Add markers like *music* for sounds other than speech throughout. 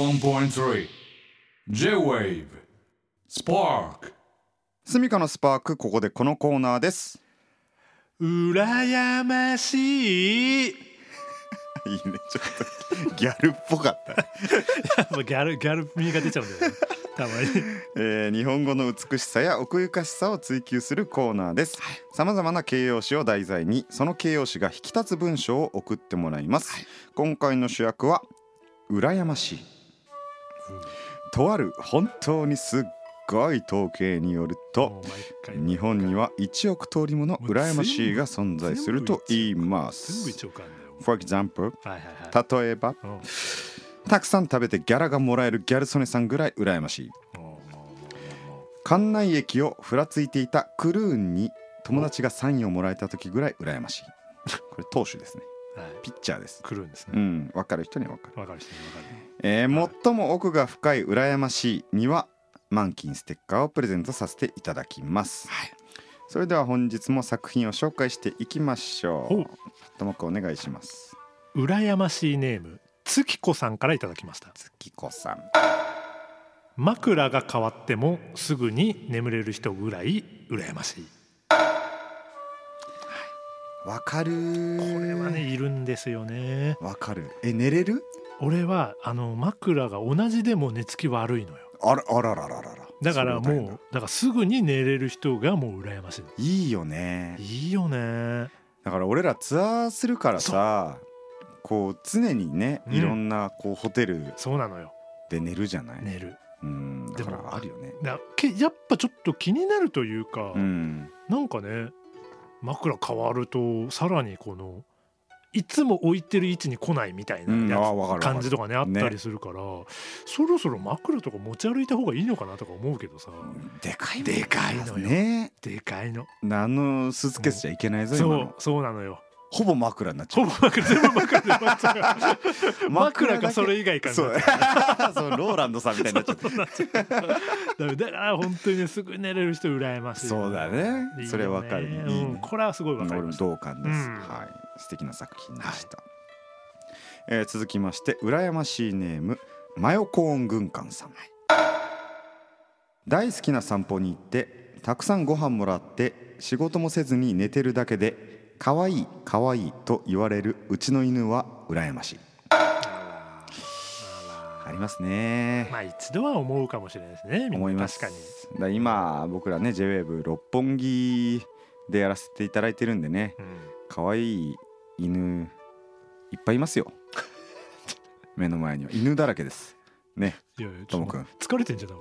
81.3 J-Wave Spark スミカのスパークここでこのコーナーですうらやまし *laughs* いい *laughs* いねちょっとギャルっぽかった、もうギャルギャル味が出ちゃうん *laughs* だよねたまに *laughs* えー日本語の美しさや奥ゆかしさを追求するコーナーですさまざまな形容詞を題材にその形容詞が引き立つ文章を送ってもらいます、今回の主役は羨ましい、とある本当にすっごい統計によるともう毎回日本には1億通りもの羨ましいが存在すると言いま全部す一億あんだよ For example はいはいはい例えばうんたくさん食べてギャラがもらえるギャル曽根さんぐらい羨ましい館内駅をふらついていたクルーンに友達がサインをもらえた時ぐらい羨ましいこれ投手ですねはいピッチャーです来るんですうねん分かる人には分かる、わかる人にわかるえー最も奥が深い羨ましいには満金ステッカーをプレゼントさせていただきます、それでは本日も作品を紹介していきましょうともくんお願いします羨ましいネーム月子さんからいただきました月子さん枕が変わってもすぐに眠れる人ぐらい羨ましいわかるここれはねいるんですよねわかるえ寝れる俺はあの枕が同じでも寝つき悪いのよあらあらららららだからそれは大変もうだからすぐに寝れる人がもう羨ましいだいいよねいいよねだから俺らツアーするからさこう常にねうんいろんなこうホテルそうなのよで寝るじゃない、寝るうんだかでらもあるよねだけやっぱちょっと気になるというか、うんなんかね枕変わるとさらにこのいつも置いてる位置に来ないみたいなうんやあつあわかるわかる感じとかねあったりするから、そろそろ枕とか持ち歩いた方がいいのかなとか思うけどさでかいもんでかいのよねでかいのあのスーツケースじゃいけないぞ今そのうそうなのよほぼ枕になっちゃほうぼ枕全部枕で終わっちゃう枕だ枕けがそれ以外かそうなそう *laughs* ローランドさんみたいになっちゃ *laughs* っただから本当にねすぐ寝れる人羨ましいそうだねいいよそれわかるねいいねうん、これはすごいわか俺りもました同感です、うんはい素敵な作品でした、えー続きまして羨ましいネームマヨコーン軍艦さん、大好きな散歩に行ってたくさんご飯もらって仕事もせずに寝てるだけで可愛い可愛いと言われるうちの犬は羨ましいありますね、まあ一度は思うかもしれないですねみんな思います確かにだから今僕らね JWAVE 六本木でやらせていただいてるんでねうん可愛い犬いっぱいいます *laughs* よ目の前には犬だらけですねいやいや、ともくんちょっと疲れてんじゃない。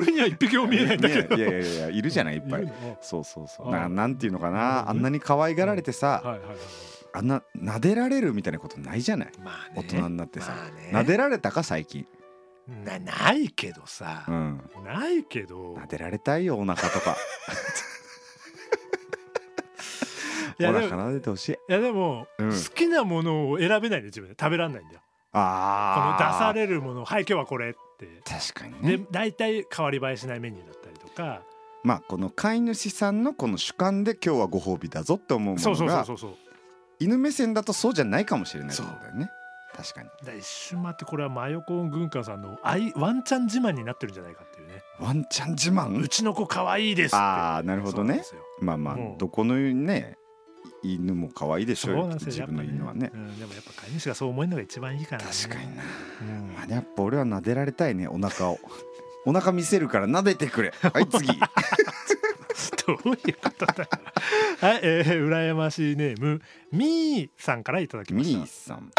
俺には一匹も見えないんだけど。いやいやいやいやいるじゃないいっぱいいるのそうそうそうあーなんかなんていうのかなるなほあどねんなに可愛がられてはさいはいはい。あんな撫でられるみたいなことないじゃないまあね。大人になってまさあね撫でられたか最近なないけどさう、んないけど。撫でられたいよお腹とかいおや腹でも撫でてほしいいやでも、うん好きなものを選べないんで自分で食べられないんだよ。このあ出あされるもの、はい今日はこれって。確かにでね大体変わり映えしないメニューだったりとか、まあこの飼い主さんのこの主観で今日はご褒美だぞって思うもそうそのうそうがそうそう。犬目線だとそうじゃないかもしれないってそうことだよね確かにだから一瞬待ってこれはマヨコーン軍艦さんの愛ワンチャン自慢になってるんじゃないかっていうね。ワンちゃん自う慢ちの子可愛いですって。ああなるほどそうなんねですよまあまあもうどこのね犬も可愛いでしょそうなんです自よ分の犬はねやっぱうん、でもやっぱ飼い主がそう思えるのが一番いいから、ね、確かにな、うんまあ、やっぱ俺は撫でられたいねお腹をお腹見せるから撫でてくれはい次 *laughs* どういうことだよはい、えー、羨ましいネームみーさんからいただきまミしーたさん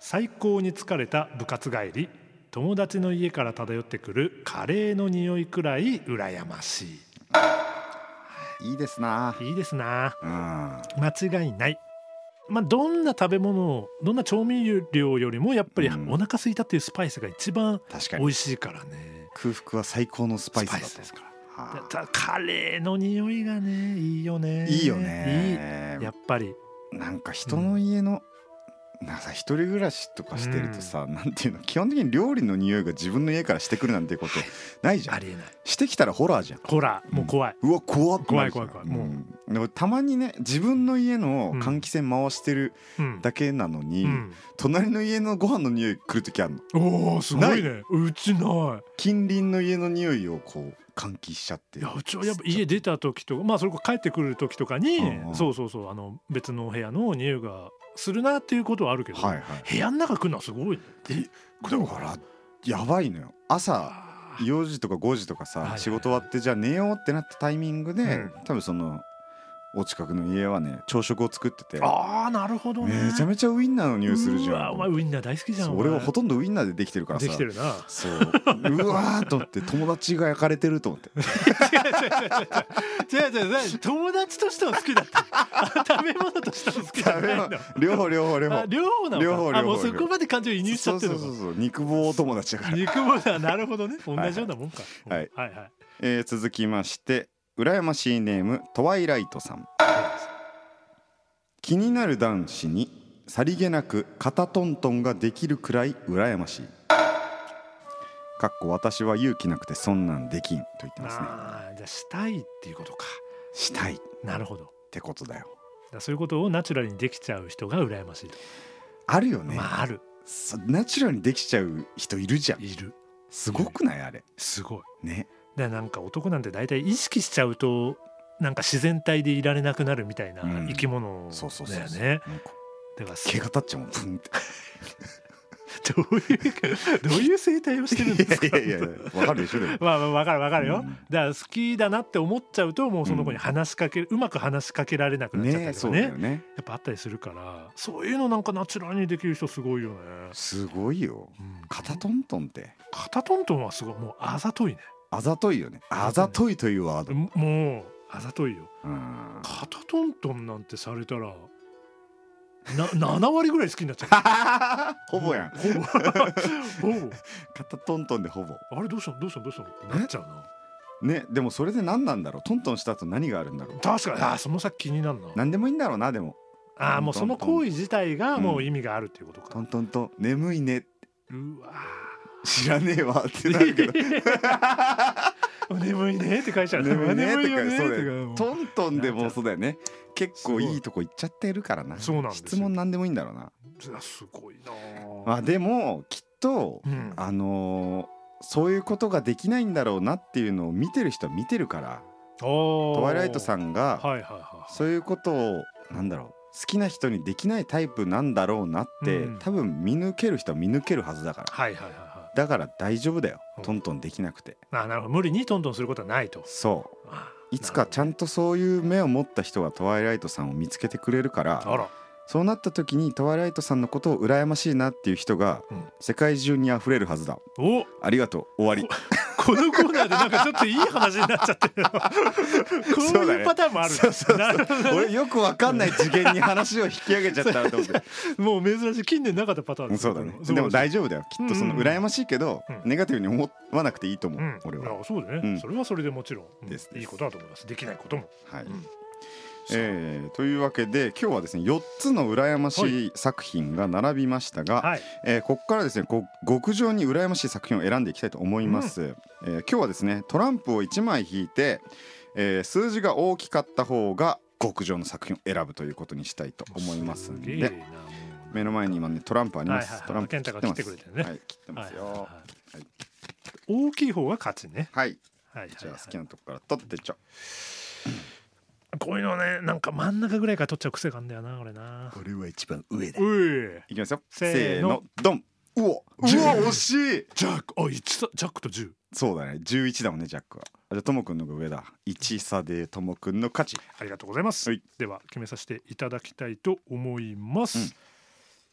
最高に疲れた部活帰り友達の家から漂ってくるカレーの匂いくらい羨ましいいですないいいですなうん間違いないまあどんな食べ物をどんな調味料よりもやっぱりうんお腹空いたっていうスパイスが一番確か美に味しいからね空腹は最高のスパイスだとスですからはあたカレーの匂いがねいいよねいいよいいねやっぱりなんか人の家のなんかさ一人暮らしとかしてるとさ、なんていうの基本的に料理の匂いが自分の家からしてくるなんていうことないじゃん、ありえないしてきたらホラーじゃんほらもう怖い、うわ怖っってなるじゃん怖い怖い怖いもうんでもたまにね自分の家の換気扇回してるうんだけなのに、うん隣の家のご飯の匂い来る時あるのおおすごいねうちない近隣の家の匂いをこう換気しちゃっていやうちはやっぱ家出た時とかまあそれこそ帰ってくる時とかにうんうんそうそうそうあの別のお部屋の匂いがするなっていうことはあるけど、はいはい部屋の中来るのはすごいえだからやばいのよ朝4時とか5時とかさ、はいはい仕事終わってじゃあ寝ようってなったタイミングで、うん多分そのお近くの家はね朝食を作っててあーなるほどねめちゃめちゃウインナーの匂いするじうわゃお前んウインナー大好きじゃんそうお前俺はほとんどウインナーでできてるからさできてるなそううわーと思って友達が焼かれてると思って違う違う違う友達としては好きだった *laughs* あ食べ物としては好きじゃ食ないべの物両方両方両あ方両方なのか両方あもう両方そこまで感情移入しちゃってるのかそうそうそうそう肉棒友達だから肉もだなるほ *laughs* どね同じようなもんか、はいうんはいはいえー続きまして羨ましいネームトワイライトさん気になる男子にさりげなく肩トントンができるくらい羨ましいかっこ私は勇気なくてそんなんできんと言ってますねあーじゃあしたいっていうことかしたいっなるほどだかてことだよらそういうことをナチュラルにできちゃう人が羨ましいと、あるよね、まああるそナチュラルにできちゃう人いるじゃんいるすごくないあれすごいねでなんか男なんて大体意識しちゃうとなんか自然体でいられなくなるみたいなうん生き物そうそうだそうよそうね、なんかだから毛が立っちゃうもんプン *laughs* ってどういうどういう生態をしてるんですかいやいやいやわかるでしょでも *laughs* まあまあわかるわかるよ、うんだから好きだなって思っちゃうともうその子に話しかける、うまく話しかけられなくなっちゃったねりとそかうねだよねやっぱあったりするからそういうのなんかナチュラルにできる人すごいよね、すごいようん、肩トントンって肩トントンはすごいもうあざといねあざといよねああざざとといというワードももうあざといよ *laughs* うん肩トントンなんてされたらな7割 *laughs* ぐらい好きになっちゃうほぼやん *laughs* ほぼほぼ肩トントンでほぼあれどうしたのどうしたのどうしたのってなっちゃうなねでもそれで何なんだろうトントンした後何があるんだろう確かにあーその先気になるな何でもいいんだろうなでもあーもうその行為自体がもう意味があるっていうことトか、ントントン眠いねうわ知らねえわってーなる *laughs* けど眠いねって書いちゃう眠いねとかよそうっだてよトントンでもそうだよね結構いいとこ行っちゃってるからなそうなんですよ質問何でもいいんだろうなすごいなあまあでもきっとうんあのーそういうことができないんだろうなっていうのを見てる人は見てるからトトワイライトさんがはいはいはいそういうことをなんだろう好きな人にできないタイプなんだろうなって、うん多分見抜ける人は見抜けるはずだからはいはいはいはだから大丈夫だようんトントンできなくていあなるほど無理にトントンすることはないとそうあいつかちゃんとそういう目を持った人がトワイライトさんを見つけてくれるかなるほらどあそうなった時にトワイライトさんのことを羨ましいなっていう人がうん世界中に溢れるはずだらおありがとう終わ *laughs* りこのコーナーでなんかちょっといい話になっちゃってる *laughs* こそううだいねうパターンもあるそうそうなるほどね俺よくわかんない次元に話を引き上げちゃったなと思っ *laughs* てもう珍しい近年なかったパターンそうだねこれでもそう大丈夫だよきっとそのうんうん羨ましいけどうんネガティブに思わなくていいと思う、うん俺いはやそうだね、うんそれはそれでもちろん、うんですですいいことだと思いますできないこともはい、うんえーというわけで今日はですね4つの羨ましい作品が並びましたが、はいえーここからですねこ極上に羨ましい作品を選んでいきたいと思います、えー今日はですねトランプを1枚引いて、えー数字が大きかった方が極上の作品を選ぶということにしたいと思いますんげえなでもう目の前に今ねトランプあります、はいはいはいトランプ健太が切ってくれてるねはい切ってますよははいい、はいはい大きい方が勝ちねはいはいはいじゃあ好きなとこから取ってちょこういうのねなんか真ん中ぐらいから取っちゃう癖があるんだよな俺なこれは一番上だういいきますよせせーーののドンうおうお十惜しいジャックあ一だジャックと10そうだね11だもんねジャックはあじゃあともくんの方が上だ1差でともくんの勝ちありがとうございます、はいでは決めさせていただきたいと思います、うん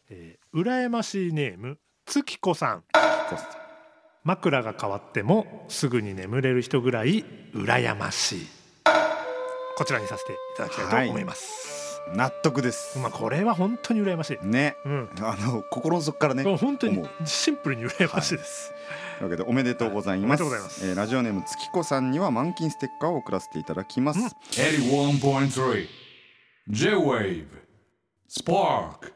えー羨ましいネーム月子さんコスト枕が変わってもすぐに眠れる人ぐらい羨ましいこちらにさせていただきたいと思います、納得ですまあこれは本当に羨ましいねうんあの心の底からねもう本当に思うシンプルに羨ましいです、というわけでおめでとうございます,、はいおめでとうございますえーラジオネーム月子さんには満金ステッカーを送らせていただきます、うん81.3 J-Wave Spark